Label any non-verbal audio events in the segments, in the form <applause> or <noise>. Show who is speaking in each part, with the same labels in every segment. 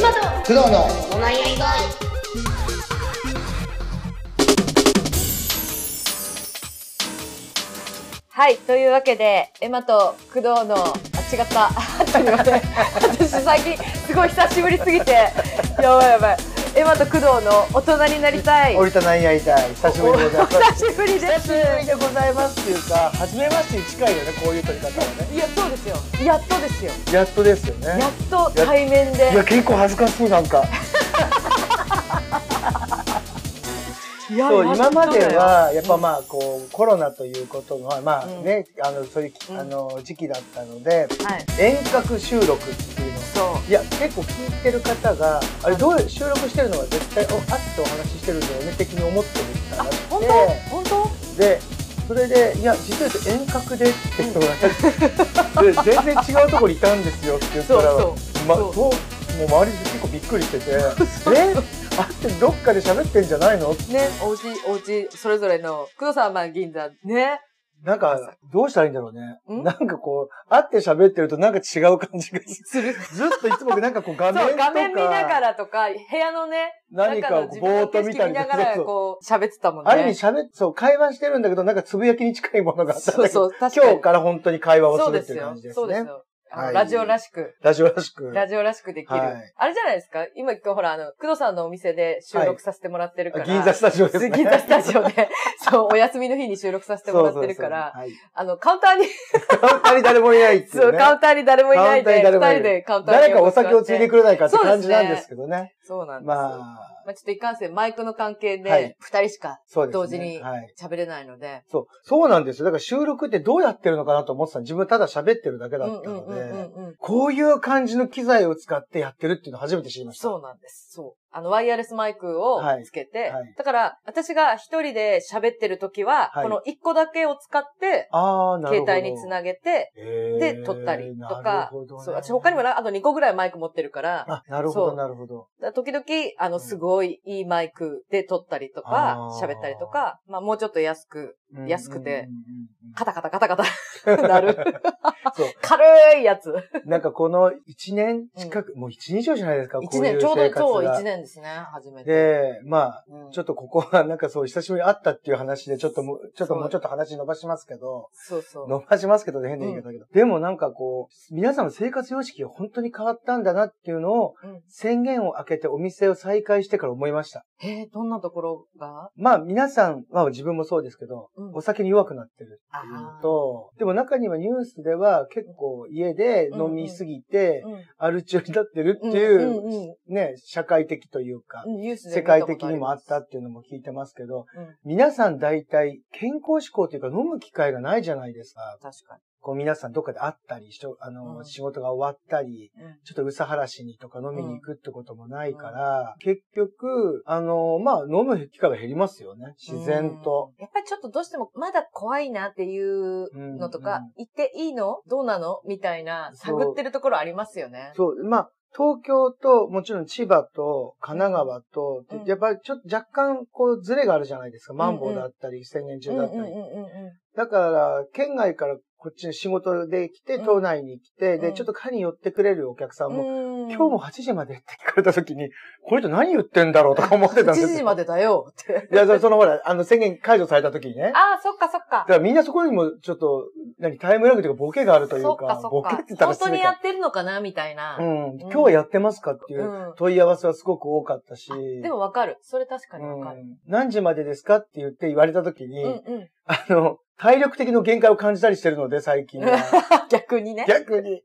Speaker 1: 工藤の
Speaker 2: お悩み会
Speaker 3: はい、というわけで、エマと工藤の、あ、違った。すみません。私最近、すごい久しぶりすぎて、やばいやばい。エマと工藤の大人になりたい。
Speaker 1: 折りたないやりたい久しぶりでございます
Speaker 3: 久しぶりです。
Speaker 1: 久しぶりでございますっていうか初めましてに近いよねこういう撮り方はね
Speaker 3: いや、そうですよ。やっとですよ。
Speaker 1: やっとですよね
Speaker 3: やっと対面で
Speaker 1: いや。結構恥ずかしいなんか
Speaker 3: いや
Speaker 1: そう
Speaker 3: やっとだ
Speaker 1: 今
Speaker 3: よ
Speaker 1: まではやっぱまあこうコロナということのまあ
Speaker 3: うん
Speaker 1: ね、あのそういうき、
Speaker 3: うん
Speaker 1: あの時期だったので
Speaker 3: はい。
Speaker 1: 遠隔収録っていうの
Speaker 3: そ
Speaker 1: いや結構聞いてる方があれどう収録してるのは絶対おあってお話ししてるんだよね的に思ってる人があっ
Speaker 3: う。本
Speaker 1: て
Speaker 3: 当本当
Speaker 1: でそれで「いや実は言うと遠隔で」って人が、
Speaker 3: <laughs>
Speaker 1: で全然違うところにいたんですよって言ったら
Speaker 3: そうそう
Speaker 1: ま、
Speaker 3: そう
Speaker 1: そうもう周りで結構びっくりし
Speaker 3: <laughs>
Speaker 1: てて「えあってどっかで喋ってんじゃないの?
Speaker 3: ね、おうち、おうち、それぞれの、工藤さんはまあ銀座。ね。」
Speaker 1: なんかどうしたらいいんだろうね
Speaker 3: ん
Speaker 1: なんかこう会って喋ってるとなんか違う感じがす
Speaker 3: する。
Speaker 1: るずっといつもなんかこう画面
Speaker 3: そう、
Speaker 1: とか
Speaker 3: 画面見ながらとか、部屋のね、
Speaker 1: 何かをこうぼーっと見た
Speaker 3: 中の自分の景色
Speaker 1: り
Speaker 3: 見ながら、
Speaker 1: そうそう
Speaker 3: こう、喋ってたもんね。
Speaker 1: ある意味喋っそう会話してるんだけどなんかつぶやきに近いものがあったんだけ
Speaker 3: そ
Speaker 1: ど
Speaker 3: うそう、確かに。
Speaker 1: 今日から本当に会話を
Speaker 3: そ
Speaker 1: す
Speaker 3: う
Speaker 1: る
Speaker 3: で
Speaker 1: って
Speaker 3: す
Speaker 1: いう
Speaker 3: よ
Speaker 1: 感じで。す
Speaker 3: そうです
Speaker 1: ね。
Speaker 3: よ。あの
Speaker 1: はい
Speaker 3: ラジオらしく、
Speaker 1: ラジオらしく。
Speaker 3: ラジオらしくできる。
Speaker 1: はい
Speaker 3: あれじゃないですか今一回ほら、あの、工藤さんのお店で収録させてもらってるから。
Speaker 1: 銀座スタジオですね。
Speaker 3: 銀座スタジオで、 <laughs> そう、お休みの日に収録させてもらってるから、
Speaker 1: そうそう
Speaker 3: あの、カウンターに、
Speaker 1: そう
Speaker 3: <laughs>
Speaker 1: はい。カウンターに誰もいないってい
Speaker 3: そうう、
Speaker 1: ね。
Speaker 3: カウンターに誰もいない
Speaker 1: カウ
Speaker 3: で、
Speaker 1: ンターに誰も
Speaker 3: 二
Speaker 1: いない
Speaker 3: 人でカウンターに。
Speaker 1: 誰かお酒をついでくれないかって
Speaker 3: そうですね
Speaker 1: 感じなんですけどね。
Speaker 3: そうなんですよ。まあ、
Speaker 1: まあ、
Speaker 3: ちょっといかんせん、マイクの関係
Speaker 1: はい
Speaker 3: で、二人しか
Speaker 1: そうですね。
Speaker 3: 同時に
Speaker 1: はい。
Speaker 3: 喋れないので、
Speaker 1: そう。そうなんですよ。だから収録ってどうやってるのかなと思ってたの自分ただ喋ってるだけ
Speaker 3: う
Speaker 1: だ
Speaker 3: ん
Speaker 1: った
Speaker 3: うん
Speaker 1: の
Speaker 3: うんう
Speaker 1: で。
Speaker 3: んうん。
Speaker 1: こういう感じの機材を使ってやってるっていうのを初めて知りました。
Speaker 3: そうなんです。そう。あの、ワイヤレスマイクを
Speaker 1: はい
Speaker 3: つけて、
Speaker 1: はい
Speaker 3: だから、私が一人で喋ってる時は、
Speaker 1: はい
Speaker 3: この一個だけを使って、
Speaker 1: ああ、なる
Speaker 3: 携
Speaker 1: ほど。
Speaker 3: 帯につなげて、
Speaker 1: げ
Speaker 3: で、撮ったりと
Speaker 1: なる
Speaker 3: か、
Speaker 1: ほどね
Speaker 3: そう、私他にもなあと2個ぐらいマイク持ってるから、だか
Speaker 1: あ、なるほ
Speaker 3: そ
Speaker 1: ど、
Speaker 3: う
Speaker 1: なるほど。
Speaker 3: ら時々、あの、すごいいいマイクで撮ったりとか
Speaker 1: あ、ー
Speaker 3: 喋ったりとか、まあ、もうちょっと安く、安くて
Speaker 1: うんうんうんうん、
Speaker 3: カタカタカタカ
Speaker 1: <laughs>
Speaker 3: タな <laughs> る。
Speaker 1: そう。
Speaker 3: 軽いやつ。
Speaker 1: なんかこの1年近く、もう1年以上じゃないですか、こ
Speaker 3: 1
Speaker 1: うい
Speaker 3: 年、
Speaker 1: う
Speaker 3: ちょう
Speaker 1: 生
Speaker 3: ど、そう、
Speaker 1: 活
Speaker 3: 1
Speaker 1: が。
Speaker 3: 年ですね、初めて。
Speaker 1: で、まあ、
Speaker 3: うん
Speaker 1: ちょっとここはなんかそう、久しぶりに会ったっていう話で、ちょっともう、ちょっと
Speaker 3: そう
Speaker 1: もうちょっと話伸ばしますけど、
Speaker 3: そうそう。
Speaker 1: 伸ばしますけどね、変な言い方だけど。でもなんかこう、皆さんの生活様式が本当に変わったんだなっていうのを、
Speaker 3: うん
Speaker 1: 宣言を開けてお店を再開してから思いました。
Speaker 3: えー、どんなところが
Speaker 1: まあ皆さんは自分もそうですけど、
Speaker 3: うん
Speaker 1: お酒に弱くなってるっていうのと、でも中にはニュースでは結構家で飲みすぎて、
Speaker 3: うん
Speaker 1: アル中になってるって
Speaker 3: うんうん
Speaker 1: いうう、ね、社会的というか、
Speaker 3: んニュースで
Speaker 1: 世
Speaker 3: 見たこ
Speaker 1: 界
Speaker 3: と
Speaker 1: 的にもあっ
Speaker 3: りま
Speaker 1: たっていうのも聞いてますけど、皆さん大体健康志向というか飲む機会がないじゃないですか。
Speaker 3: す。確か
Speaker 1: こう皆さんどっかで会ったり、しょあの、
Speaker 3: うん
Speaker 1: 仕事が終わったり、
Speaker 3: に。うん
Speaker 1: ちょっと宇佐原市にとか飲みに行くってこともないから、結局、あの、まあ、飲む機会が減りますよね。自然と。。
Speaker 3: うんやっぱりちょっとどうしてもまだ怖いなっていうのと
Speaker 1: うん
Speaker 3: か
Speaker 1: うん、
Speaker 3: 行っていいのどうなのみたいな、
Speaker 1: そう
Speaker 3: 探ってるところありますよね。
Speaker 1: そう、まあ、東京と、もちろん千葉と、神奈川と、
Speaker 3: うん
Speaker 1: やっぱりちょっと若干、こう、ズレがあるじゃないですか。マンボウだったり、宣言中だったり。
Speaker 3: うんうんうんうん
Speaker 1: だから、県外からこっちに仕事で来て、
Speaker 3: うん
Speaker 1: 都内に来て、
Speaker 3: う
Speaker 1: で、
Speaker 3: ん
Speaker 1: ちょっと帰りに寄ってくれるお客さんも、
Speaker 3: うん。
Speaker 1: 今日も8時までって聞かれた時に、この人何言ってんだろうとか思ってたんですよ。
Speaker 3: 1時までだよって。
Speaker 1: いや、そそのほら、あの宣言解除された時にね。
Speaker 3: ああ、そっかそっか
Speaker 1: だか。らみんなそこにもちょっと、何、タイムラグというかボケがあるという
Speaker 3: そっ
Speaker 1: か
Speaker 3: か、そ
Speaker 1: ボ
Speaker 3: っ
Speaker 1: ケって
Speaker 3: か
Speaker 1: 言っ。たら
Speaker 3: 本
Speaker 1: 失
Speaker 3: 当
Speaker 1: 礼
Speaker 3: にや
Speaker 1: か。
Speaker 3: ってるのかなみたいな。。
Speaker 1: うん。今日はやってますかっていううん問い合わせはすごく多かったし。
Speaker 3: でもわかる。それ確か
Speaker 1: う
Speaker 3: にわかる。
Speaker 1: ん、何時までですかって言って言われた時に、
Speaker 3: うんうん。
Speaker 1: あの、体力的の限界を感じたりしてるので、最近は。
Speaker 3: <laughs> 逆にね。
Speaker 1: 逆に、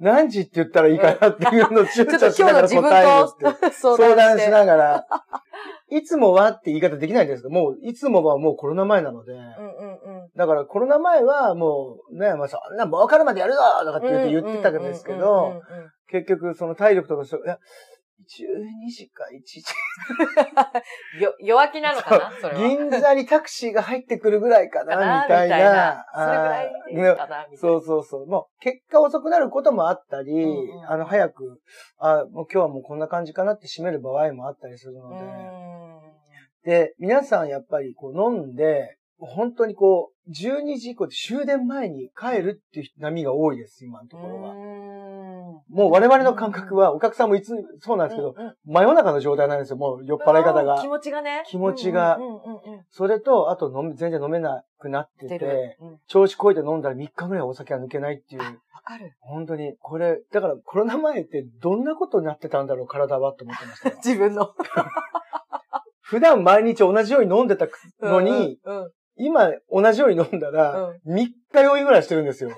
Speaker 1: 何時って言ったらいいかなっていうのを躊
Speaker 3: ちょっと
Speaker 1: 躇し
Speaker 3: 今
Speaker 1: な
Speaker 3: 日の
Speaker 1: がら
Speaker 3: 自分
Speaker 1: 答えるってい
Speaker 3: と
Speaker 1: う。相
Speaker 3: 相談
Speaker 1: 談
Speaker 3: し。
Speaker 1: してながら。いつもはって言い方できないですけど、もう、いつもはもうコロナ前なので。
Speaker 3: うんうんうん。
Speaker 1: だからコロナ前はもうね、まあそんな儲かるまでやるぞとかって言って言ってたんですけ
Speaker 3: うんうん
Speaker 1: ど、
Speaker 3: うんうんうん、
Speaker 1: 結局その体力とかそう、いや、12時か1時。
Speaker 3: よ弱気なのかなそれは。
Speaker 1: 銀座にタクシーが入ってくるぐらいか
Speaker 3: か
Speaker 1: な、みたいな。
Speaker 3: それぐらいでいい
Speaker 1: あーね
Speaker 3: かな、みたい
Speaker 1: そ
Speaker 3: な。
Speaker 1: うそうそう。もう結果遅くなることもあったり、
Speaker 3: うんうん
Speaker 1: あの早く、あ、もう今日はもうこんな感じかなって締める場合もあったりするの
Speaker 3: う
Speaker 1: で。
Speaker 3: ん
Speaker 1: で、皆さんやっぱりこう飲んで、本当にこう、12時以降で終電前に帰るっていう波が多いです、今のところは。
Speaker 3: う
Speaker 1: もう我々の感覚は、お客さんもいつ、そうなんですけど、
Speaker 3: うんうん
Speaker 1: 真夜中の状態なんですよ、もう酔っ払い方
Speaker 3: うん
Speaker 1: が
Speaker 3: 気。持ちがね。
Speaker 1: 気持ちが
Speaker 3: うんうんうんうんうん
Speaker 1: それと、あと飲み、全然飲めなくなって
Speaker 3: 出
Speaker 1: て、
Speaker 3: るうんわ
Speaker 1: 調子こいて飲んだら3日ぐらいお酒は抜けないっていう。
Speaker 3: かる。。
Speaker 1: 本当に、これ、だからコロナ前ってどんなことになってたんだろう、体はって思ってましたよ <laughs>
Speaker 3: 自分の。
Speaker 1: 普段毎日同じように飲んでたのに、
Speaker 3: うんうんうん
Speaker 1: 今同じように飲んだら、
Speaker 3: うん
Speaker 1: 3日酔いぐらいしてる
Speaker 3: <laughs>
Speaker 1: んですよ。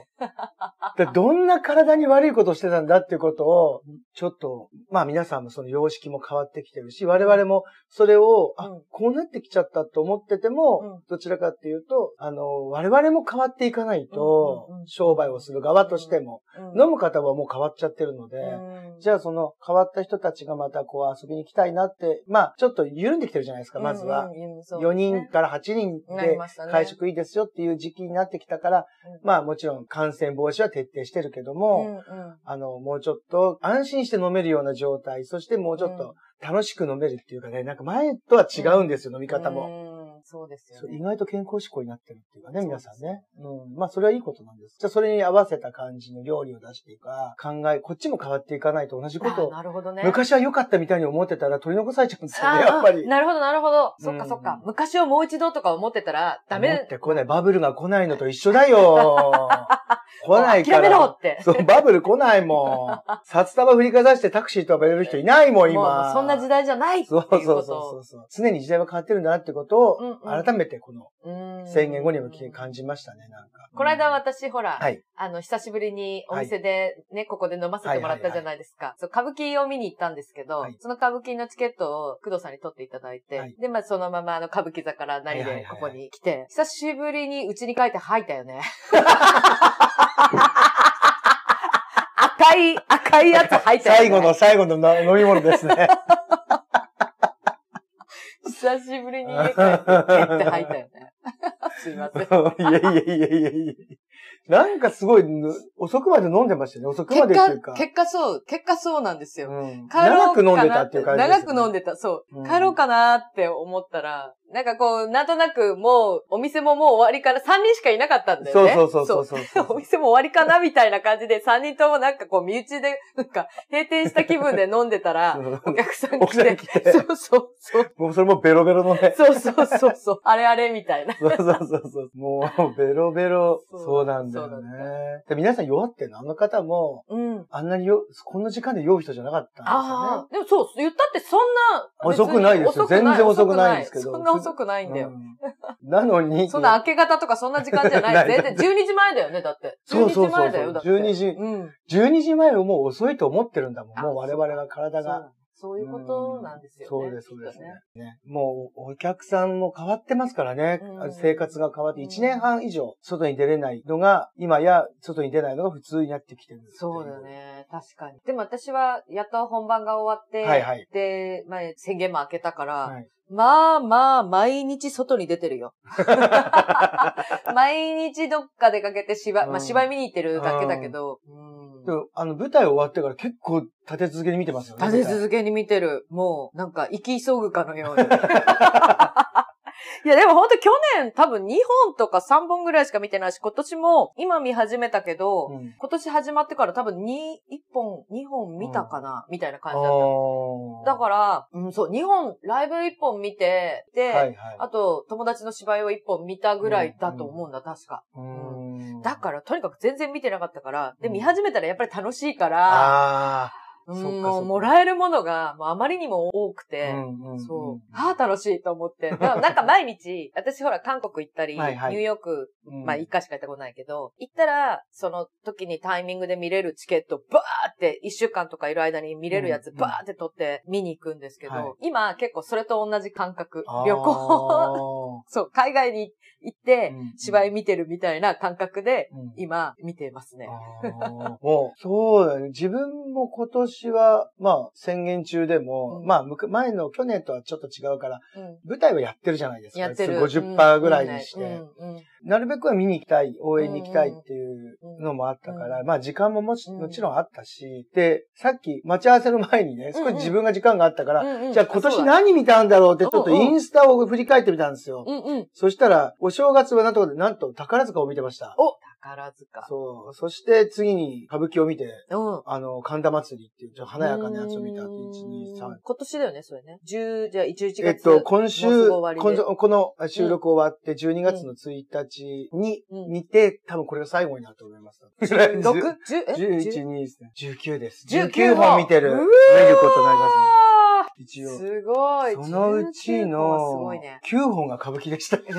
Speaker 1: でどんな体に悪いことしてたんだっていうことを、ちょっと、まあ皆さんもその様式も変わってきてるし、我々もそれを、あ
Speaker 3: うん、
Speaker 1: こうなってきちゃったと思ってても、
Speaker 3: うん
Speaker 1: どちらかっていうと、あの、我々も変わっていかないと、
Speaker 3: うんうんうん
Speaker 1: 商売をする側としても、
Speaker 3: うん
Speaker 1: 飲む方はもう変わっちゃってるので、
Speaker 3: うん
Speaker 1: じゃあその変わった人たちがまたこう遊びに来たいなって、まあちょっと緩んできてるじゃないですか、まずは。
Speaker 3: うんうんうんそうですね
Speaker 1: 4人から8人
Speaker 3: なり
Speaker 1: で
Speaker 3: ましたね
Speaker 1: 会食いいですよっていう時期になってきたから、
Speaker 3: うん
Speaker 1: まあもちろん感染防止は徹底してるけども、
Speaker 3: うんうん
Speaker 1: あの、もうちょっと安心して飲めるような状態、そしてもうちょっ
Speaker 3: う
Speaker 1: と楽しく飲めるっていうかね、なんか前とは違うんですよ、飲み方も。
Speaker 3: も。そうですよ
Speaker 1: そう
Speaker 3: ね。
Speaker 1: 意外と健康志向になってるっていうかね、
Speaker 3: そう
Speaker 1: 皆さんね。うん。まあ、それはいいことなんです。じゃあ、それに合わせた感じの料理を出していくか、考え、こっちも変わっていかないと同じこ
Speaker 3: あ
Speaker 1: と
Speaker 3: ーなるほどね。
Speaker 1: 昔は良かったみたいに思ってたら取り残されちゃうんですよ
Speaker 3: あ
Speaker 1: ね、
Speaker 3: ー
Speaker 1: やっぱり。
Speaker 3: なるほど、なるほど。そっかそっ
Speaker 1: うん
Speaker 3: か
Speaker 1: う。ん
Speaker 3: 昔をもう一度とか思ってたら、ダ
Speaker 1: 思
Speaker 3: メ
Speaker 1: っ。てこない。バブルが来ないのと一緒
Speaker 3: <laughs>
Speaker 1: だよ。来ないから。
Speaker 3: 諦めろって。
Speaker 1: そう、バブル来ない
Speaker 3: <laughs>
Speaker 1: もん。札束振りかざしてタクシー飛ばれる人いないもん、
Speaker 3: も
Speaker 1: 今。
Speaker 3: うそんな時
Speaker 1: 代。
Speaker 3: 代じゃないっていう
Speaker 1: そ
Speaker 3: こ
Speaker 1: う
Speaker 3: と
Speaker 1: そ
Speaker 3: を
Speaker 1: うそうそうそう。常に時代は変わってるんだなってこと
Speaker 3: うん
Speaker 1: を、
Speaker 3: うん
Speaker 1: 改めてこの
Speaker 3: うん
Speaker 1: 宣言後にも感じましたね、なんか。
Speaker 3: この間私、ほら、
Speaker 1: はい。
Speaker 3: あの、久しぶりにお店でね、ここで飲ませてもらったじゃないですか。そう、歌舞伎を見に行ったんですけど
Speaker 1: はい、
Speaker 3: その歌舞伎のチケットを工藤さんに取っていただい
Speaker 1: は
Speaker 3: て
Speaker 1: い、
Speaker 3: で、まあそのままあの歌舞伎座から何
Speaker 1: はいはい
Speaker 3: で
Speaker 1: はいは
Speaker 3: こ
Speaker 1: い
Speaker 3: こに来て、久しぶりに家に帰って吐いた
Speaker 1: <laughs>
Speaker 3: よね。赤い、赤いやつ吐いたよね。
Speaker 1: 最後の最後のな飲み物で
Speaker 3: <laughs>
Speaker 1: すね。
Speaker 3: 久しぶりに家帰ってって吐いた
Speaker 1: <laughs>
Speaker 3: よね。すいません。
Speaker 1: いやいやいやいやいやなんかすごい、ぬ遅くまで飲んでましたね。遅くまでってい
Speaker 3: 結
Speaker 1: うか
Speaker 3: 果、。結果そう、結果そうなんですよ。
Speaker 1: うん
Speaker 3: 帰ろ
Speaker 1: 長
Speaker 3: うか
Speaker 1: く
Speaker 3: な
Speaker 1: 飲んでたっていう感じですよね、
Speaker 3: 長く飲んでた、そうう。
Speaker 1: ん
Speaker 3: 帰ろうかなって思ったら、なんかこう、なんとなくもう、お店ももう終わりから、3人しかいなかったんだよね。
Speaker 1: そうそうそうそうそ
Speaker 3: そ
Speaker 1: う
Speaker 3: う <laughs> お店も終わりかなみたいな感じで、3人ともなんかこう、身内で、なんか、閉店した気分で飲んでたら、
Speaker 1: う
Speaker 3: お
Speaker 1: ん
Speaker 3: 客さん
Speaker 1: お
Speaker 3: 来
Speaker 1: 客さん
Speaker 3: て、
Speaker 1: 来て
Speaker 3: そうそう
Speaker 1: <laughs>
Speaker 3: そう。
Speaker 1: もうそれもベロベロのね。
Speaker 3: そうそうそうそう。 <laughs> あれあれみたいな。
Speaker 1: そうそうそうそう。もう、ベロベロ。
Speaker 3: そう
Speaker 1: そうなんだよ
Speaker 3: そう
Speaker 1: ね
Speaker 3: な。
Speaker 1: で皆さん弱ってんのあの方も、
Speaker 3: うん。
Speaker 1: あんなによ、こんな時間で酔う人じゃなかったんですよ
Speaker 3: あ
Speaker 1: ね。
Speaker 3: あ、でもそう、言ったってそんな、
Speaker 1: 遅くないです
Speaker 3: 遅
Speaker 1: よ
Speaker 3: く
Speaker 1: 全然遅くないんですけど
Speaker 3: そんな遅くないんだよ。
Speaker 1: うんなのに、
Speaker 3: <laughs> そんな明け方とかそんな時間じゃな。
Speaker 1: ない <laughs> い
Speaker 3: 全然12時前だよね、だって。
Speaker 1: そうそうそう
Speaker 3: 12時前だよ、だって。
Speaker 1: 12時
Speaker 3: うん。
Speaker 1: 12時前をもう遅いと思ってるんだもん。
Speaker 3: あ
Speaker 1: もう我々が体
Speaker 3: そ
Speaker 1: が。
Speaker 3: うそういうことなんですよね。
Speaker 1: そうです、そうです
Speaker 3: きっと
Speaker 1: ね。ねもう、お客さんも変わってますからね。
Speaker 3: うん
Speaker 1: 生活が変わって、
Speaker 3: うん
Speaker 1: 1年半以上、外に出れないのが、今や外に出ないのが普通になってきてるってい。
Speaker 3: そうだね。確かに。でも私は、やっと本番が終わって、
Speaker 1: はいはい
Speaker 3: で、まあ、宣言も明けたから、
Speaker 1: はい。
Speaker 3: まあまあ、毎日外に出てるよ。毎日どっか出かけて芝、ま
Speaker 1: う
Speaker 3: あ
Speaker 1: ん
Speaker 3: 芝居見に行ってるだけだけど、うん
Speaker 1: <laughs> でも、あの、舞台終わってから結構立て続けに見てますよね。
Speaker 3: 立て続けに見てる。もう、なんか、生き急ぐかのよ <laughs> うに。いや、でも本当去年多分2本とか3本ぐらいしか見てないし、今年も今見始めたけど、
Speaker 1: うん
Speaker 3: 今年始まってから多分2、1本、2本見たかな、みたいな感じだっ
Speaker 1: あ
Speaker 3: た。だから、うん、そう、2本、ライブ1本見て、で、
Speaker 1: らはいはい。
Speaker 3: あと、友達の芝居を1本見たぐらいだと思うんだ、確か。
Speaker 1: うーん
Speaker 3: だから、とにかく全然見てなかったから、で、
Speaker 1: うん
Speaker 3: 見始めたらやっぱり楽しいから、
Speaker 1: あ
Speaker 3: うん
Speaker 1: そっかそっか
Speaker 3: もうもらえるものが、もうあまりにも多く
Speaker 1: あー。
Speaker 3: て、
Speaker 1: うんうん
Speaker 3: そう。ああ、楽しいと思って。でもなんか毎日、 <laughs> 私ほら韓国行ったり、
Speaker 1: はいはい
Speaker 3: ニューヨーク、
Speaker 1: うん
Speaker 3: まあ一回しか行ったことないけど、行ったら、その時にタイミングで見れるチケット、バーって、一週間とかいる間に見れるやつ、
Speaker 1: うん
Speaker 3: バーって取って見に行くんですけど、
Speaker 1: はい
Speaker 3: 今結構それと同じ感覚
Speaker 1: あー。
Speaker 3: 旅行、 <laughs> そう、海外に行って、
Speaker 1: うん
Speaker 3: 芝居見てるみたいな感覚で、
Speaker 1: うん
Speaker 3: 今見てますね。
Speaker 1: あー <laughs> もう、そうだね。自分も今年は、まあ、宣言中でも、
Speaker 3: うん
Speaker 1: まあ、むく前の去年とはちょっと違うから、
Speaker 3: うん
Speaker 1: 舞台はやってるじゃないですか。
Speaker 3: やってる。
Speaker 1: 50%ぐらいにして、
Speaker 3: うんうんうん
Speaker 1: なるべくは見に行きたい、応援に行きたいっていうのもあったから、まあ、時間ももち
Speaker 3: うん
Speaker 1: もちろんあったし、で、さっき待ち合わせの前に
Speaker 3: う
Speaker 1: ね、
Speaker 3: ん
Speaker 1: 少し自分が時間があったから、
Speaker 3: うんうん
Speaker 1: じゃあ今年何見たんだろうって、ちょっと
Speaker 3: うんうん
Speaker 1: インスタを振り返ってみたんですよ。
Speaker 3: うんうん。
Speaker 1: そしたら、お正月はなんとかで、なんと宝塚を見てました。
Speaker 3: お宝塚。
Speaker 1: そう。そして次に歌舞伎を見て、
Speaker 3: うん。
Speaker 1: あの、神田祭りっていう、ちょっと華やかなやつを見た。1、2、3
Speaker 3: うーん。今年だよね、それね。10、じゃあ11月。
Speaker 1: えっと、今週、
Speaker 3: もうすぐ終わ
Speaker 1: 今
Speaker 3: り
Speaker 1: 週
Speaker 3: で
Speaker 1: この収録終わって、12月の1日に
Speaker 3: うん
Speaker 1: 見て、多分これが最後になると思います。
Speaker 3: 6、10、え
Speaker 1: 11、
Speaker 3: 10
Speaker 1: 2ですね。19です。
Speaker 3: 19
Speaker 1: 19
Speaker 3: 本
Speaker 1: 本見てる。
Speaker 3: う
Speaker 1: 見
Speaker 3: わー
Speaker 1: ることになります
Speaker 3: あ
Speaker 1: ね。一
Speaker 3: ー
Speaker 1: 応。
Speaker 3: すごい。
Speaker 1: そのうち
Speaker 3: 19本はす
Speaker 1: の
Speaker 3: ごいね。 <laughs>
Speaker 1: 9本が歌舞伎でした。い
Speaker 3: いや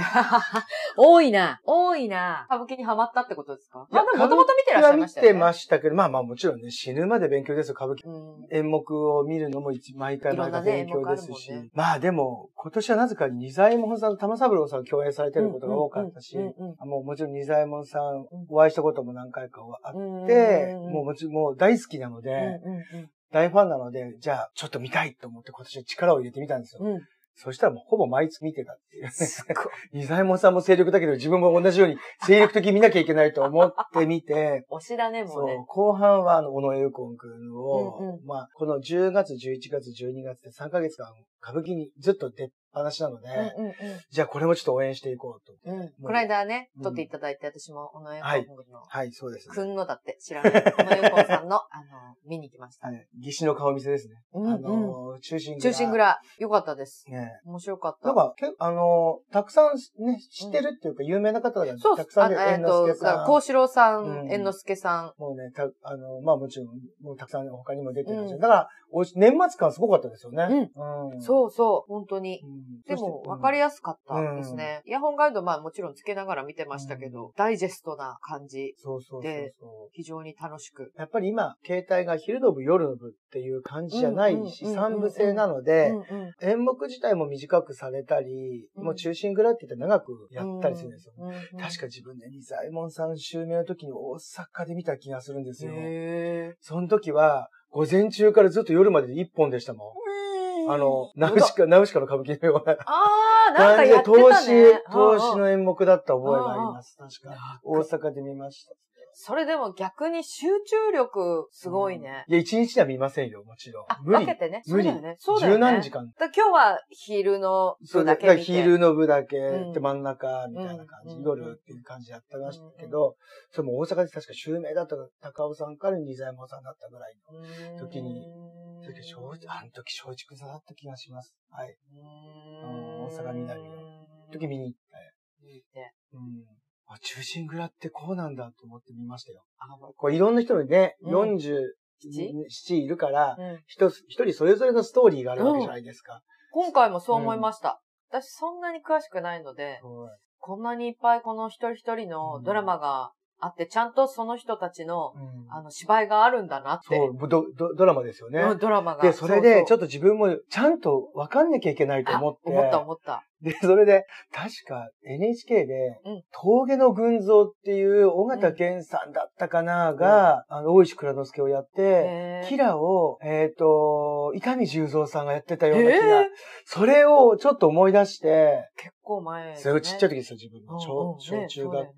Speaker 3: 多いな。多いな。歌舞伎にハマったってことですか
Speaker 1: いや
Speaker 3: まだもともと見てらっしゃいま
Speaker 1: 見
Speaker 3: したよね。
Speaker 1: てましたけど、まあまあもちろんね、死ぬまで勉強ですよ、歌舞伎。
Speaker 3: うん。
Speaker 1: 演目を見るのも一毎回毎回勉強ですし、
Speaker 3: いろんなね演目あるもんね
Speaker 1: まあでも、今年はなぜか二左衛門さんと玉三郎さんを共演されてることが多かったし
Speaker 3: うん、うんうん
Speaker 1: あもうもちろん二左衛門さんお会いしたことも何回かあっ
Speaker 3: うん
Speaker 1: て、
Speaker 3: うん
Speaker 1: もうもちろんもう大好きなので、
Speaker 3: う
Speaker 1: 大ファンなので、じゃあちょっと見たいと思って今年は力を入れてみたんですよ。
Speaker 3: んうんうん。
Speaker 1: そしたらもうほぼ毎月見てたっていう。
Speaker 3: すごい。
Speaker 1: <laughs> 二左衛門さんも精力だけど自分も同じように精力的に見なきゃいけないと思って見て、
Speaker 3: 推しだね、もう
Speaker 1: そ
Speaker 3: ね
Speaker 1: う、。後半は、あの、小野右近くんを、
Speaker 3: うんう
Speaker 1: まあ、この10月、11月、12月で3ヶ月間、歌舞伎にずっと出っ放しなので、
Speaker 3: うんうん
Speaker 1: じゃあこれもちょっと応援していこうと。
Speaker 3: うん。うん。
Speaker 1: う
Speaker 3: この間ね
Speaker 1: う、ん
Speaker 3: 撮っていただいて、私も、この絵
Speaker 1: はい
Speaker 3: 本の、
Speaker 1: はい、そうです、
Speaker 3: く
Speaker 1: ね。
Speaker 3: んのだって知らない。この横さん
Speaker 1: <laughs>
Speaker 3: の、あの、見に行きました
Speaker 1: は。い、義士の顔見せですね。
Speaker 3: うん
Speaker 1: あのー、中心
Speaker 3: うん
Speaker 1: 蔵。
Speaker 3: 中心
Speaker 1: い。
Speaker 3: 蔵、良かったです。
Speaker 1: ね
Speaker 3: 面白かった。
Speaker 1: なんか、けあのー、たくさんね、知ってるっていうか、有名な方が
Speaker 3: そうっ
Speaker 1: たく
Speaker 3: す。
Speaker 1: さ
Speaker 3: あ
Speaker 1: んで、
Speaker 3: のえっ
Speaker 1: 猿之
Speaker 3: と、
Speaker 1: 助さん。
Speaker 3: 幸四郎さん
Speaker 1: う、ん
Speaker 3: 猿之助さん。
Speaker 1: もうね、た、あの、まあもちろん、もうたくさん他にも出てるんですよ。
Speaker 3: うん
Speaker 1: だから、お年末感すごかったですよね。うん。
Speaker 3: そうそう、本当に
Speaker 1: う。ん。
Speaker 3: でも、わか
Speaker 1: り
Speaker 3: りやすかったですね。イヤホンガイド、まあもちろんつけながら見てましたけど、ダイジェストな感じ、
Speaker 1: そうそうそう
Speaker 3: で
Speaker 1: そ
Speaker 3: 非常に楽しく。
Speaker 1: う。やっぱり今、携帯が昼の部、夜の部っていう感じじゃないし、
Speaker 3: うんうんうんうん
Speaker 1: 三部制なの
Speaker 3: う
Speaker 1: で、
Speaker 3: んうん。
Speaker 1: 演目自体も短くされたり、
Speaker 3: うん
Speaker 1: もう中心蔵って言って長くやったりするんですよ。
Speaker 3: うんうんうん
Speaker 1: 確か自分で二左衛門さん襲名の時に大阪で見た気がするんですよ。
Speaker 3: へ
Speaker 1: その時は、午前中からずっと夜まで一本でしたも
Speaker 3: ー
Speaker 1: ん。あの、ナウシカ、ナウシカの歌舞伎のような。
Speaker 3: ああ、なんかやってた
Speaker 1: 投
Speaker 3: ね
Speaker 1: 資、。投資
Speaker 3: うんうん
Speaker 1: の演目だった覚えがあります。確か。大阪で見ました。
Speaker 3: それでも逆に集中力すごいね。
Speaker 1: いや、一日では見ませんよ、もちろん
Speaker 3: あ。、
Speaker 1: 無
Speaker 3: 分
Speaker 1: 理
Speaker 3: け。てね。そ
Speaker 1: 無
Speaker 3: う
Speaker 1: 理
Speaker 3: だよね。そうだよ
Speaker 1: 十
Speaker 3: ね。
Speaker 1: 何時間。
Speaker 3: だ今日は昼の
Speaker 1: そ
Speaker 3: 部
Speaker 1: うだ
Speaker 3: だ
Speaker 1: か
Speaker 3: け
Speaker 1: ら
Speaker 3: 見て。
Speaker 1: 昼の部だけ、
Speaker 3: うん
Speaker 1: で真ん中、みたいな感じ、
Speaker 3: うん
Speaker 1: 夜っていう感じだったらしいけど、それも大阪で確か襲名だった高尾さんから二左衛門さんだったぐらいの。時に
Speaker 3: うーん。
Speaker 1: それで松竹あの時松竹座だった気がします。はい。
Speaker 3: うー
Speaker 1: の大阪南の
Speaker 3: ん
Speaker 1: 時見に行って。
Speaker 3: 見て
Speaker 1: うん。あ、中心蔵ってこうなんだと思って見ましたよ。
Speaker 3: あもう
Speaker 1: こういろんな人にね、
Speaker 3: うん
Speaker 1: 47いるから、
Speaker 3: うん
Speaker 1: 一つ一人それぞれのストーリーがあるわけじゃないですか。
Speaker 3: 今回もそう思いました。私そんなに詳しくないので、
Speaker 1: そう
Speaker 3: こんなにいっぱいこの一人一人のドラマがあって、ちゃんとその人たちの、
Speaker 1: うん
Speaker 3: あの、芝居があるんだなって。
Speaker 1: そうドドドラマですよね。
Speaker 3: うんドラマが。
Speaker 1: で、それで、ちょ
Speaker 3: っ
Speaker 1: っと自分もちゃんと分かんなきゃいけないと思って。
Speaker 3: 思った思った。
Speaker 1: で、それで、確か NHK で、
Speaker 3: うん
Speaker 1: 峠の群像っていう、尾形健さんだったかなが、あの、大石倉之助をやって、
Speaker 3: へー
Speaker 1: キラを、えっ、と、伊丹十三さんがやってたような気
Speaker 3: へ
Speaker 1: が
Speaker 3: ー、
Speaker 1: それをちょっと思い出して、
Speaker 3: 結構前、ね。
Speaker 1: それをちっちゃい時ですよ、自分の。
Speaker 3: うんうん
Speaker 1: 小小
Speaker 3: ね
Speaker 1: 中学校とか。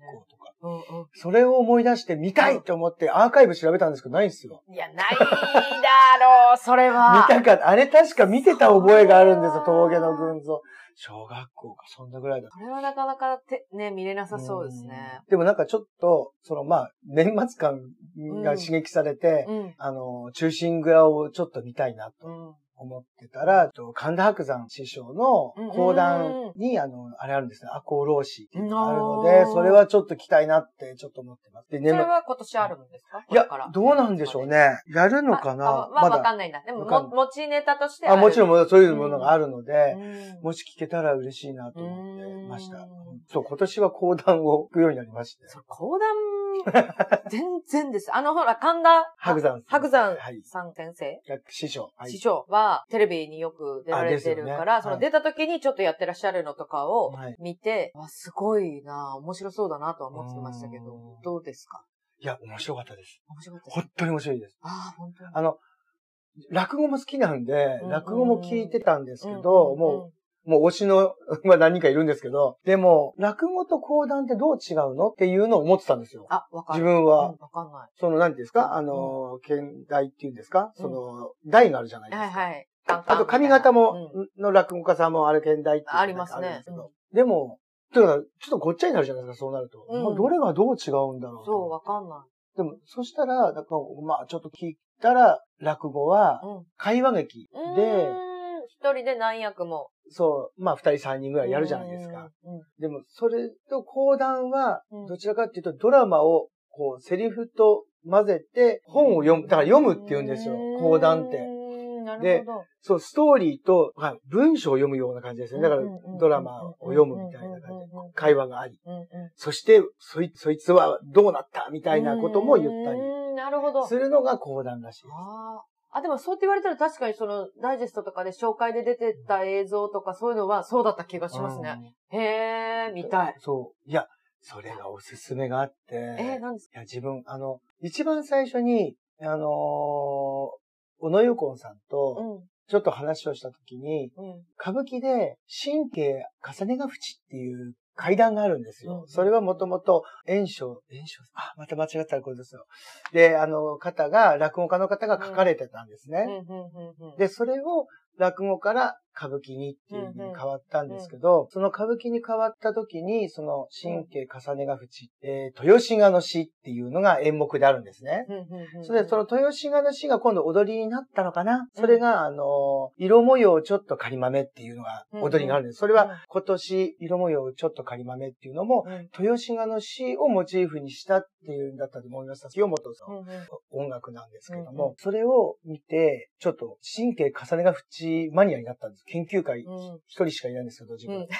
Speaker 3: うんう
Speaker 1: それを思い出して、見たいと思って、アーカイブ調べたんですけど、ないんですよ。
Speaker 3: ん。いや、ないだろう、 <laughs> それ
Speaker 1: 見
Speaker 3: は。
Speaker 1: たかった、あれ確か見てた覚えがあるんですよ、峠の群像。小学校か、そんなぐらいだった。
Speaker 3: これはなかなかて、ね、見れなさそうですね。
Speaker 1: うん。でもなんかちょっと、そのまあ、年末感が刺激されて、
Speaker 3: うん。
Speaker 1: あの、中心蔵をちょっと見たいなと
Speaker 3: うん。
Speaker 1: 思ってたら、えっと神田伯山師匠の講談に、あの、あれあるんですね、赤穂浪士っていうのがあるの
Speaker 3: う
Speaker 1: で、
Speaker 3: ん
Speaker 1: それはちょっと期待なってちょっと思ってます。で、
Speaker 3: そ
Speaker 1: 年
Speaker 3: れ
Speaker 1: 末、
Speaker 3: は今年あるんですか
Speaker 1: いや、どうなんでしょう。ね。やるのか
Speaker 3: あ
Speaker 1: な
Speaker 3: あまあ、
Speaker 1: ま
Speaker 3: わか
Speaker 1: だ。
Speaker 3: んないんだ。でも、
Speaker 1: わか
Speaker 3: も
Speaker 1: ん
Speaker 3: 持ちネタとして
Speaker 1: あ、もちろ
Speaker 3: ん。
Speaker 1: ん、そういうものがあるので、
Speaker 3: うん
Speaker 1: もし聞けたら嬉しいなと思ってました
Speaker 3: うん。
Speaker 1: そう、今年は講談を行くようになりまして。
Speaker 3: そう、講談、 <laughs> 全然です。あの、ほら、神田、
Speaker 1: 白山さん
Speaker 3: 白山
Speaker 1: はい
Speaker 3: さん先生
Speaker 1: 師匠。はい
Speaker 3: 師匠は、テレビによく出られてるか
Speaker 1: あですよ
Speaker 3: ら、
Speaker 1: ね
Speaker 3: そ
Speaker 1: は
Speaker 3: の
Speaker 1: い
Speaker 3: 出た時にちょっとやってらっしゃるのとかを
Speaker 1: はい
Speaker 3: 見て、わすごいな面白そうだなとは思ってましたけど
Speaker 1: うん、
Speaker 3: どうですか
Speaker 1: いや、面白かったです。
Speaker 3: 面白かったです
Speaker 1: 本当に面白いです。
Speaker 3: ああ、本当に。
Speaker 1: あの、落語も好きなんで
Speaker 3: う、ん
Speaker 1: 落語も聞いてたんですけど、
Speaker 3: うん
Speaker 1: もう、もう推しの、まあ何人かいるんですけど、でも、落語と講談ってどう違うのっていうのを思ってたんですよ。
Speaker 3: あ、わかる。
Speaker 1: 自分
Speaker 3: うん、
Speaker 1: は
Speaker 3: わかんな
Speaker 1: その、何ていうんですかあの、見題っていうんですかその、題があるじゃない
Speaker 3: い。
Speaker 1: です
Speaker 3: はい
Speaker 1: か。
Speaker 3: はい。カンカン
Speaker 1: あと、髪型
Speaker 3: みたいなうん
Speaker 1: も、の落語家さんもあれ見題っていうのが
Speaker 3: あります
Speaker 1: るんで
Speaker 3: ね
Speaker 1: け。どでも、だから、ちょっとごっちゃになるじゃないですか、そうなると。
Speaker 3: うん
Speaker 1: まあどれがどう違うんだろうと。
Speaker 3: そう、わかんな。、
Speaker 1: でも、そしたら、なんかまあ、ちょっと聞いたら、落語はい
Speaker 3: うん。
Speaker 1: 会話劇
Speaker 3: うーん
Speaker 1: で、
Speaker 3: 一人で何役も。
Speaker 1: そう、まあ、二人三人ぐらいやるじゃないですか。
Speaker 3: うん。うん
Speaker 1: でも、それと講談は
Speaker 3: うん、
Speaker 1: どちらかっていうと、ドラマを、こう、セリフと混ぜて、本を読む、だから読むって言うんですよ、講談っ
Speaker 3: う
Speaker 1: て。
Speaker 3: ーんなる
Speaker 1: で
Speaker 3: ほど。
Speaker 1: そう、ストーリーと、まあ文章を読むような感じですね。だから
Speaker 3: うんうんうんうん、
Speaker 1: ドラマを読むみたいな感じで
Speaker 3: うんうんうん、
Speaker 1: 会話があり。
Speaker 3: うんうん。
Speaker 1: そして、そいそいつはどうなったみたいなことも言ったり
Speaker 3: うーんなるほど。
Speaker 1: するのが講談らしいです。
Speaker 3: あーあ、でもそうって言われたら確かにそのダイジェストとかで紹介で出てた映像とかそういうのはそうだった気がしますね。へー、
Speaker 1: うん。
Speaker 3: 見たい。
Speaker 1: そう。いや、それがおすすめがあって。
Speaker 3: えー、なんです
Speaker 1: いや、自分、あの、一番最初に、あのー小野右近さん
Speaker 3: かう
Speaker 1: と、
Speaker 3: ん。
Speaker 1: ちょっと話をしたときに、
Speaker 3: うん。
Speaker 1: 歌舞伎で、神経重ねが淵っていう階段があるんですよ。
Speaker 3: うん
Speaker 1: それはもともと、炎章、炎章、あ、また間違ったらこれですよ。で、あの、方が、落語家の方が書かれてたんですね。
Speaker 3: うんうんうんうん。
Speaker 1: で、それを落語から歌舞伎にっていう風に変わったんですけど、その歌舞伎に変わった時に、その神経重ねが淵、えー豊志賀の詩っていうのが演目であるんですね。
Speaker 3: うんうんうん、
Speaker 1: それで、その豊志賀の詩が今度踊りになったのかな、
Speaker 3: うん
Speaker 1: それが、あのー色模様をちょっと仮豆っていうのが踊りがあるんです。それ
Speaker 3: うん
Speaker 1: は今年、色模様をちょっと仮豆っていうのも、
Speaker 3: うん、うん
Speaker 1: 豊志賀の詩をモチーフにしたっていうんだったと思います。清本さん。
Speaker 3: うんうん。
Speaker 1: 音楽なんですけど
Speaker 3: うん
Speaker 1: も、それを見て、ちょっと神経重ねが縁マニアになったんです。研究会
Speaker 3: うん
Speaker 1: 一人しかいないんですけど、自分。
Speaker 3: うん
Speaker 1: <laughs>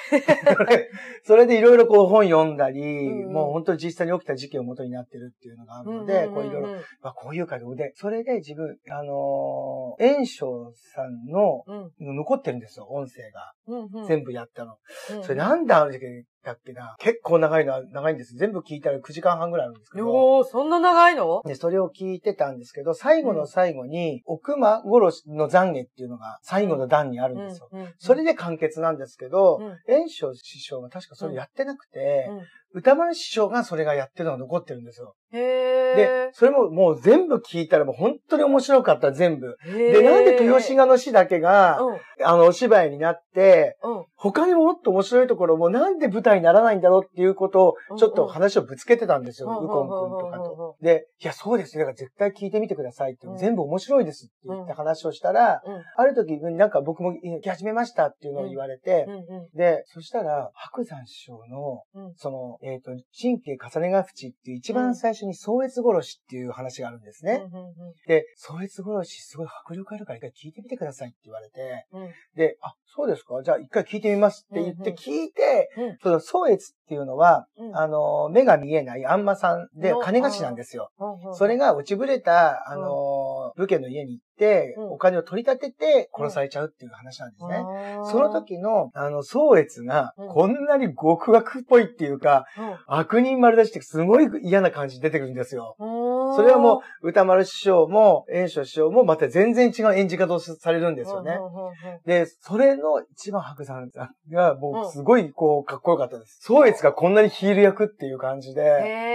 Speaker 1: それでいろいろこう本読んだり、
Speaker 3: んうん
Speaker 1: もう本当に実際に起きた事件を元になってるっていうのがあるので、こういろいろ、まあ、こういう会で、で、それで自分、あのー、炎章さんの、
Speaker 3: うん
Speaker 1: 残ってるんですよ、音声が。
Speaker 3: うんうん、
Speaker 1: 全部やったの。
Speaker 3: 部
Speaker 1: それなんである時件だっけな。結構長いのは長いんです。全部聞いたら9時間半ぐらいあるんですけど。
Speaker 3: おー、そんな長いの
Speaker 1: で、それを聞いてたんですけど、最後の最後に、奥間殺しの懺悔っていうのが最後の段にあるんですよ。
Speaker 3: うんうん
Speaker 1: それで完結なんですけど
Speaker 3: うん、
Speaker 1: 炎章師匠が確かそれやってなくて、
Speaker 3: うん
Speaker 1: 歌丸師匠がそれがやってるのが残ってるんですよ。
Speaker 3: へ
Speaker 1: で、それももう全部聞いたらもう本当に面白かった、全部。
Speaker 3: ー。へー
Speaker 1: で、なんで豊志賀の詩だけが、
Speaker 3: うん、
Speaker 1: あの、お芝居になって、
Speaker 3: うん。
Speaker 1: 他にももっと面白いところもなんで舞台にならないんだろうっていうことを、ちょっと話をぶつけてたんですよ、
Speaker 3: うんうん
Speaker 1: ウコン君とか
Speaker 3: うんうんうん
Speaker 1: と。で、いや、そうですよ。だから絶対聞いてみてくださいって、
Speaker 3: うん
Speaker 1: 全部面白いですって言った話をしたら、
Speaker 3: うん
Speaker 1: ある時、なんか僕も行き始めましたっていうのを言われて、
Speaker 3: うんう
Speaker 1: で、そしたら、白山師匠の、
Speaker 3: んうん。
Speaker 1: その、えっ、と、神経重ねが淵っていう一番最初に宗越殺しっていう話があるんですね。
Speaker 3: うんうんうん
Speaker 1: で、宗越殺しすごい迫力あるから一回聞いてみてくださいって言われて、
Speaker 3: うん
Speaker 1: で、あ、そうですかじゃあ一回聞いてみますって言っ
Speaker 3: うん
Speaker 1: て聞いて、
Speaker 3: うん
Speaker 1: その、宗越っていうのは、
Speaker 3: うん
Speaker 1: あの、目が見えないあんまさんで
Speaker 3: の
Speaker 1: 金貸しなんですよ。
Speaker 3: うんうん
Speaker 1: それが落ちぶれた、あの、武家の家に行って、
Speaker 3: うん
Speaker 1: お金を取り立てて殺されちゃうっていう話なんですね。
Speaker 3: あー
Speaker 1: その時の、あの、宗越が、
Speaker 3: うん
Speaker 1: こんなに極悪っぽいっていうか、
Speaker 3: うん
Speaker 1: 悪人丸出しってすごい嫌な感じに出てくるんですよ。
Speaker 3: そ
Speaker 1: それはもう、歌丸師匠も、炎章師匠も、また全然違う演じ方をされるん
Speaker 3: う
Speaker 1: ですよね。
Speaker 3: んうんうんうん
Speaker 1: で、それの一番白山さんが、もうすごい、こう、かっこよかったです。宗越がこんなにヒール役っていう感じで、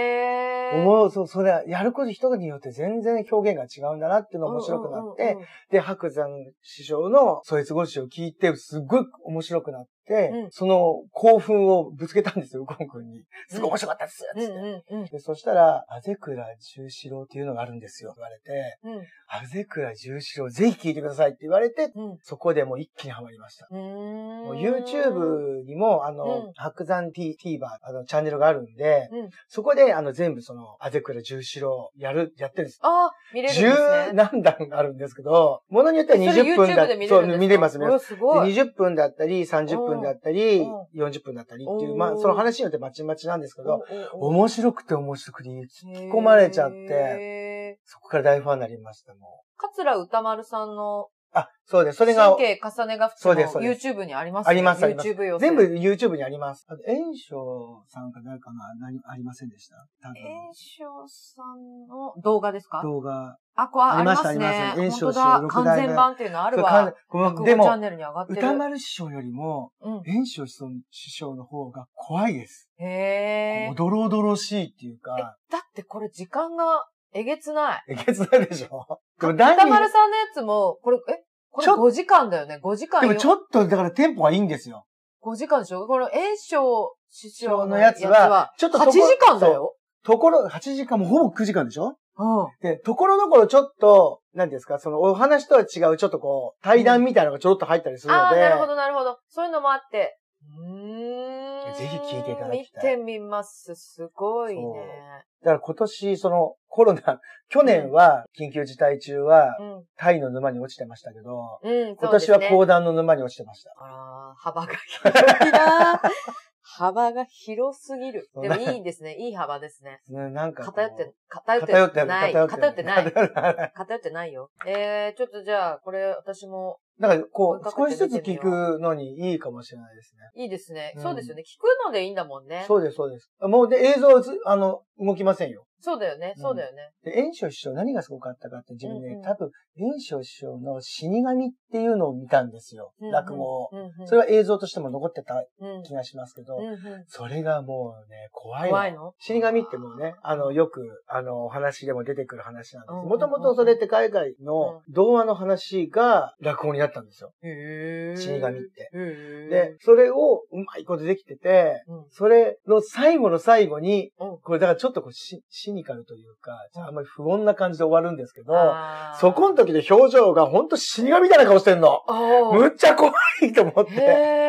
Speaker 3: へー。
Speaker 1: 思う、そう、それ、やること人によって全然表現が違うんだなっていうのが面白くなっ
Speaker 3: う
Speaker 1: て
Speaker 3: ん、
Speaker 1: で、白山師匠の宗越殺しを聞いて、すっごい面白くなって
Speaker 3: うん、
Speaker 1: その興奮をぶつけたんですよ、右近君に。すごい面白かったです
Speaker 3: う
Speaker 1: つ
Speaker 3: んう
Speaker 1: っ
Speaker 3: ん
Speaker 1: て。
Speaker 3: うんうん
Speaker 1: で、そしたら、あぜくら十四郎っていうのがあるんですよ、言われて、
Speaker 3: うん
Speaker 1: あぜくら十四郎ぜひ聞いてくださいって言われて、
Speaker 3: うん
Speaker 1: そこでもう一気にハマりました。も
Speaker 3: も
Speaker 1: う YouTube にも、あの、
Speaker 3: うん
Speaker 1: 白山 T、TVer、あの、チャンネルがあるんで、
Speaker 3: うん
Speaker 1: そこで、あの、全部その、アゼクラ十四郎、やる、やってるんです。
Speaker 3: あー、見れるん
Speaker 1: 十、
Speaker 3: ですね。
Speaker 1: 何段あるんですけど、ものによっては
Speaker 3: それ
Speaker 1: 20分だ
Speaker 3: YouTube で見れ
Speaker 1: そ
Speaker 3: るんですか
Speaker 1: う、見れますね
Speaker 3: う。わす
Speaker 1: で
Speaker 3: ごい。
Speaker 1: 20分だったり、30分だったり
Speaker 3: うん、
Speaker 1: 40分だったりっていうう、
Speaker 3: ん
Speaker 1: まあ、その話によってまちまちなんですけど、
Speaker 3: お
Speaker 1: 面白くて面白くて突っ込まれちゃって、
Speaker 3: て。
Speaker 1: そこから大ファンになりました、も
Speaker 3: 桂歌丸さんの
Speaker 1: う。あ、そうです。それ
Speaker 3: 神
Speaker 1: が、
Speaker 3: 経重ねが普通
Speaker 1: そう
Speaker 3: の
Speaker 1: ですそうで
Speaker 3: YouTube にあります
Speaker 1: ありますあります
Speaker 3: YouTube 用
Speaker 1: 全部 YouTube にあります。あと、炎章さんか誰かが何、ありませんでした多分
Speaker 3: 炎章さんの動画ですか
Speaker 1: 動画。
Speaker 3: あ、これあ
Speaker 1: あ
Speaker 3: り
Speaker 1: り
Speaker 3: ま
Speaker 1: ますし
Speaker 3: ね。
Speaker 1: たありま
Speaker 3: 本
Speaker 1: す
Speaker 3: 当
Speaker 1: 炎章
Speaker 3: だ。
Speaker 1: 小六代
Speaker 3: 完
Speaker 1: 目
Speaker 3: 全版っていうのある
Speaker 1: そう
Speaker 3: わ。
Speaker 1: かん
Speaker 3: 落語チ
Speaker 1: で
Speaker 3: ャン
Speaker 1: も、
Speaker 3: ネルに上がってる。
Speaker 1: 歌丸師匠よりも、
Speaker 3: うん。
Speaker 1: 炎章師匠の方が怖いです。
Speaker 3: へえ。
Speaker 1: おどろおどろしいっていうか、
Speaker 3: だってこれ時間がえげつない。
Speaker 1: えげつないでし
Speaker 3: <laughs>
Speaker 1: ょでも何
Speaker 3: 歌
Speaker 1: 人
Speaker 3: 丸さんのやつも、これ、えこれ
Speaker 1: ちょ
Speaker 3: 5時間だよね。5時間
Speaker 1: で
Speaker 3: よ。
Speaker 1: もちょっと、だからテンポがいいんですよ。
Speaker 3: 5時間でしょこの炎章師
Speaker 1: 匠のやつは、ちょっと
Speaker 3: 8
Speaker 1: とこ
Speaker 3: 時間だ。よ。
Speaker 1: そうところ、8時間もほぼ9時間でしょ
Speaker 3: うん。
Speaker 1: で、ところどころちょっと、何ですか、そのお話とは違う、ちょっとこう、対談みたいなのがちょろっと入ったりする
Speaker 3: あ
Speaker 1: の
Speaker 3: あ、
Speaker 1: で、
Speaker 3: なるほど、なるほど。そういうのもあって。うーん。
Speaker 1: ぜひ聞いていただき
Speaker 3: 見
Speaker 1: た
Speaker 3: て
Speaker 1: い
Speaker 3: みます。すごいね。
Speaker 1: だから今年、そのコロナ、 <laughs> 去年は、緊急事態中は
Speaker 3: う、ん。
Speaker 1: タイの沼に落ちてましたけど、
Speaker 3: うん、
Speaker 1: 今年は
Speaker 3: う
Speaker 1: 講談の沼に落ちてました。
Speaker 3: あら、幅が広いな幅が広すぎ
Speaker 1: <laughs>
Speaker 3: る。でもいいですね。いい幅ですね。
Speaker 1: ねなんかこう。
Speaker 3: 偏って、偏って
Speaker 1: 偏ってる
Speaker 3: ない。
Speaker 1: <laughs> 偏
Speaker 3: 偏
Speaker 1: っ
Speaker 3: って
Speaker 1: てる
Speaker 3: ない。
Speaker 1: ない。
Speaker 3: 偏ってないよ。えー、ちょっとじゃあ、これ私も
Speaker 1: だからこう、
Speaker 3: 追
Speaker 1: 少
Speaker 3: い
Speaker 1: し
Speaker 3: かけ
Speaker 1: ず
Speaker 3: て
Speaker 1: つ
Speaker 3: みてみ
Speaker 1: 聞
Speaker 3: よう
Speaker 1: くのにいいかもしれないですね。
Speaker 3: いいですね。
Speaker 1: うん
Speaker 3: そうですよね。聞くのでいいんだもんね。そう
Speaker 1: そうです、そうです。もう、で、映像はず、あの、動きませんよ。
Speaker 3: だよね。
Speaker 1: うん
Speaker 3: そうだよね。
Speaker 1: で、炎章師匠何がすごかったかって自分で、
Speaker 3: うんうん
Speaker 1: 多分、炎章師匠の死神っていうのを見たんですよ。
Speaker 3: うんうん
Speaker 1: 落語を。
Speaker 3: うんうん
Speaker 1: それは映像としても残ってた
Speaker 3: うん
Speaker 1: 気がしますけど、
Speaker 3: うんうん
Speaker 1: それがもうね、怖いの。
Speaker 3: 怖いの
Speaker 1: 死神ってもうね、あの、よく、あの、お話でも出てくる話なんです
Speaker 3: うんうん。うん
Speaker 1: もともとそれって海外の童話の話が落語になったんですよ。
Speaker 3: へー
Speaker 1: 死神って。
Speaker 3: へー
Speaker 1: で、、それをうまいことできてて、
Speaker 3: うん
Speaker 1: それの最後の最後に、
Speaker 3: うん
Speaker 1: これだからちょっとこうシシニカルというか、あんまり不穏な感じで終わるんですけど、
Speaker 3: あー
Speaker 1: そこの時の表情がほんと死神みたいな顔してんの。
Speaker 3: あー
Speaker 1: むっちゃ怖いと思って。
Speaker 3: へ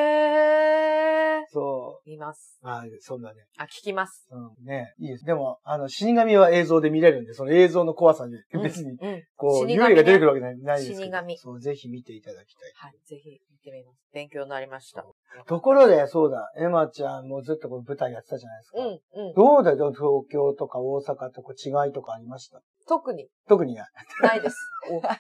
Speaker 3: ー
Speaker 1: そ
Speaker 3: 見ます。
Speaker 1: う。はい、そんなね。
Speaker 3: あ、聞きます。
Speaker 1: うん、ねいいです。でも、あの、死神は映像で見れるんで、その映像の怖さで、別に、
Speaker 3: うん。うん
Speaker 1: こう、
Speaker 3: 死神ね
Speaker 1: 幽霊が出てくるわけないないですけど。
Speaker 3: 死神
Speaker 1: そう、ぜひ見ていただきたい。
Speaker 3: はい。ぜひ見てみます。勉強になりました。
Speaker 1: ところで、そうだ、エマちゃんもずっとこう舞台やってたじゃないですか。
Speaker 3: うん、うん。
Speaker 1: どうだよ、東京とか大阪とか違いとかありました
Speaker 3: 特に
Speaker 1: 特にない。
Speaker 3: ない
Speaker 1: <laughs>
Speaker 3: です。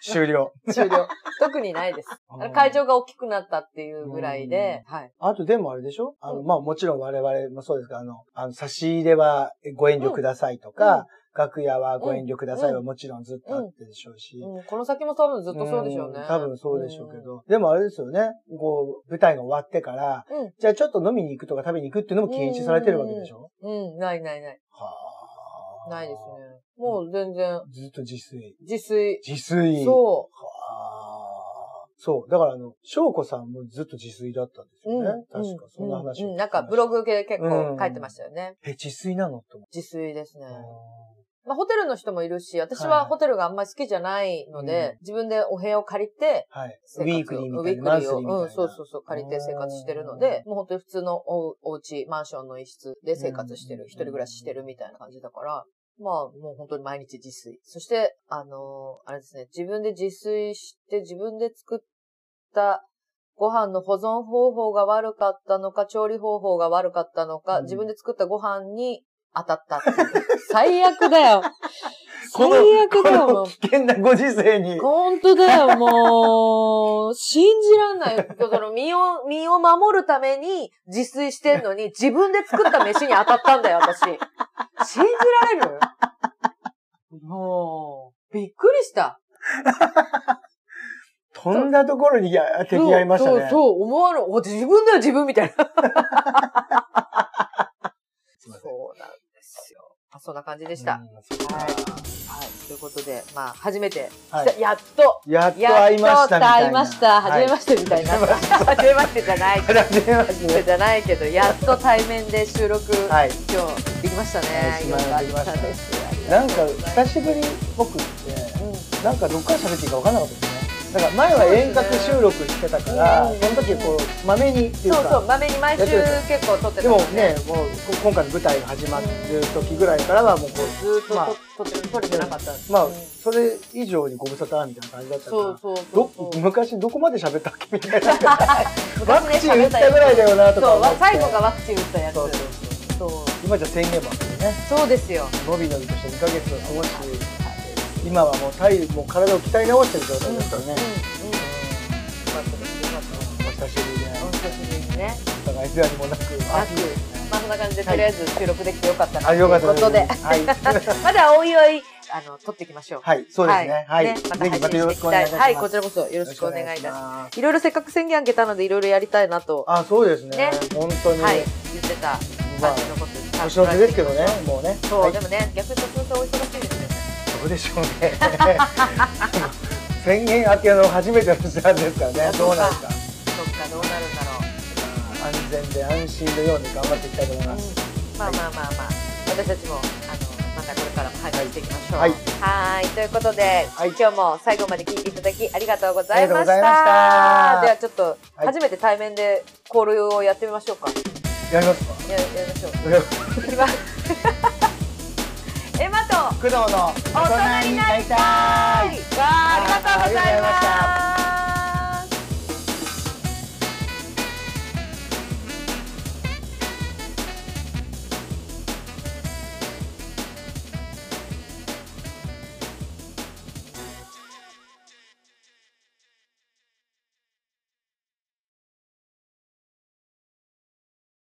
Speaker 1: 終了。
Speaker 3: 終了。特にないです。あの会場が大きくなったっていうぐらいで、はい。
Speaker 1: あとでもあれでしょあの、
Speaker 3: うん
Speaker 1: まあもちろん我々もそうですが、あの、あの差し入れはご遠慮くださいとか、
Speaker 3: うん
Speaker 1: 楽屋はご遠慮ください
Speaker 3: うん
Speaker 1: はもちろんずっとあってでしょうし。
Speaker 3: うん、この先も多分ずっとそうでしょうね。
Speaker 1: ん多分そうでしょうけど。でもあれですよね。こう、舞台が終わってから、
Speaker 3: うん
Speaker 1: じゃあちょっと飲みに行くとか食べに行くっていうのも禁止されてるわけでしょ、
Speaker 3: うん。うん、ないないない。
Speaker 1: はあ。
Speaker 3: ないですね。もう全然、
Speaker 1: ね。ずっと自炊。
Speaker 3: 自炊。
Speaker 1: 自炊。
Speaker 3: そ
Speaker 1: はあ。そう。だからあの、翔子さんもずっと自炊だったんです
Speaker 3: う。
Speaker 1: よ
Speaker 3: う
Speaker 1: ね。
Speaker 3: ん。
Speaker 1: 確か、そんな話、
Speaker 3: うん。うんなんかブロ。グ系結構書いてましたよね。
Speaker 1: え、自炊なのと思
Speaker 3: 自炊ですね。
Speaker 1: って。
Speaker 3: まあ、ホテルの人もいるし、私
Speaker 1: はい
Speaker 3: は
Speaker 1: はい
Speaker 3: ホテルがあんまり好きじゃないので、
Speaker 1: うん
Speaker 3: 自分でお部屋を借りて、
Speaker 1: はい。ウ
Speaker 3: 生活を
Speaker 1: ィークリーみたい
Speaker 3: ウィ
Speaker 1: な。
Speaker 3: ー
Speaker 1: マ
Speaker 3: ク
Speaker 1: ン
Speaker 3: リ
Speaker 1: ス
Speaker 3: ーを
Speaker 1: リーみたいな。
Speaker 3: うん、そうそうそう、借りて生活してるので、もう本当に普通のおお家、マンションの一室で生活してる、
Speaker 1: うん
Speaker 3: 一人暮らししてるみたいな感じだから、まあ、もう本当に毎日自炊。そして、あのーあれですね、自分で自炊して、自分で作ったご飯の保存方法が悪かったのか、調理方法が悪かったのか、
Speaker 1: うん
Speaker 3: 自分で作ったご飯に当たったっていう。最悪だよ。最
Speaker 1: <laughs> この
Speaker 3: 悪だよ、もう
Speaker 1: 危。険なご時世に。
Speaker 3: 本当だよ、もう。信じらんない。だから身を、 <laughs> 身を守るために自炊してんの
Speaker 1: <laughs>
Speaker 3: に、自分で作った飯に当たったんだよ、私。信じられるもう、びっくりした。
Speaker 1: 飛んだところにいや敵がいましたね。
Speaker 3: そう、そう、思わぬ。お、自分だよ、自分みた
Speaker 1: <laughs>
Speaker 3: いな。
Speaker 1: すいません
Speaker 3: そうなんですよ。まあそんな感じでした。
Speaker 1: うんそっか
Speaker 3: はいはい。ということで、まあ、初めて、
Speaker 1: はい
Speaker 3: やっと、
Speaker 1: やっと
Speaker 3: やっ
Speaker 1: 会いましたみ
Speaker 3: と
Speaker 1: たいな。
Speaker 3: 会いました。初めましてみたいな。
Speaker 1: はい
Speaker 3: 初めましてじゃない。
Speaker 1: た。初めまし
Speaker 3: じゃないけど、やっと対面で収録、
Speaker 1: た。はい。
Speaker 3: 今日できました
Speaker 1: は
Speaker 3: ね。
Speaker 1: い
Speaker 3: よかった
Speaker 1: でき
Speaker 3: で。
Speaker 1: ますなんか、久しぶり僕って、
Speaker 3: うん
Speaker 1: なんかどっから喋っていいか分かんなかったですね。だから前は遠隔収録してたから、
Speaker 3: うん
Speaker 1: その時こう、まめにっていう
Speaker 3: そうそう、
Speaker 1: か、
Speaker 3: まめに毎週結構撮ってたか
Speaker 1: で
Speaker 3: ら
Speaker 1: もね、もうこ今回の舞台が始まる時ぐらいからはもうこう、
Speaker 3: ずーっと
Speaker 1: まあ
Speaker 3: 撮撮って撮れてなかった。
Speaker 1: まあ
Speaker 3: うん、
Speaker 1: それ以上にご無沙汰みたいな感じだったから。
Speaker 3: そうそうそう
Speaker 1: ど
Speaker 3: そう。
Speaker 1: 昔どこまで喋ったっけみたいな。
Speaker 3: <laughs>
Speaker 1: ワクチン打
Speaker 3: 喋
Speaker 1: ったぐらいだよな
Speaker 3: そ
Speaker 1: と
Speaker 3: う
Speaker 1: か思って
Speaker 3: わ、最後がワクチン打ったやつ。
Speaker 1: そうそう
Speaker 3: そう。
Speaker 1: 今じゃ宣言もあってね、
Speaker 3: そうですよ。
Speaker 1: 伸び伸びとして2ヶ月を過ごし、今はもう体力、もう体を鍛え直してる状態ですからね
Speaker 3: うん。。うん。よかったです。よかった
Speaker 1: お久しぶりで、
Speaker 3: お久しぶりですね。
Speaker 1: お互い世話にもなく。
Speaker 3: なく、まあ、そんな感じで、とりあえず収録できてよかったな、
Speaker 1: あ、よかった
Speaker 3: ということで
Speaker 1: で。
Speaker 3: <laughs>
Speaker 1: す。はい。
Speaker 3: まだおいおい、あの、撮っていきましょう。
Speaker 1: はい、そうですね。はい。
Speaker 3: ね
Speaker 1: ぜ
Speaker 3: ま
Speaker 1: ひ
Speaker 3: た配信
Speaker 1: またよ
Speaker 3: していき
Speaker 1: ろしくお
Speaker 3: たい。
Speaker 1: 願いいたします。
Speaker 3: はい、こちらこそよろしくお願いいたしま
Speaker 1: ます。
Speaker 3: す。いろいろせっかく宣言あげたので、いろいろやりたいなと、
Speaker 1: あ、そうですね
Speaker 3: ね。
Speaker 1: 本当に。
Speaker 3: はい、言ってた
Speaker 1: ま
Speaker 3: 感
Speaker 1: あ
Speaker 3: じのこと。
Speaker 1: お知らせですけどね、もうね。
Speaker 3: そう、
Speaker 1: はい
Speaker 3: でもね、逆に突然お忙しいですよね。
Speaker 1: どうでしょう
Speaker 3: <laughs>
Speaker 1: ね。宣言明けの初めてのツアーですからね。どうなんですか。
Speaker 3: そっか、どうなるんだろう。
Speaker 1: あ安全で安心のように頑張っていきたいと思います。
Speaker 3: まあまあまあまあ、私たちも、あの、またこれからも配信していきましょう。
Speaker 1: はい
Speaker 3: はーいということで、
Speaker 1: はい
Speaker 3: 今日も最後まで聞いていただきありがとうございました。で
Speaker 1: あり
Speaker 3: は
Speaker 1: が
Speaker 3: ちょっと、
Speaker 1: はい
Speaker 3: 初めて対面で交流をやってみましょ <laughs> うか。
Speaker 1: やりますか
Speaker 3: や、やりましょう。
Speaker 1: それを
Speaker 3: いきます。エマと、
Speaker 1: 工藤の
Speaker 3: 大人になりたい。わあ、ありがとうございました。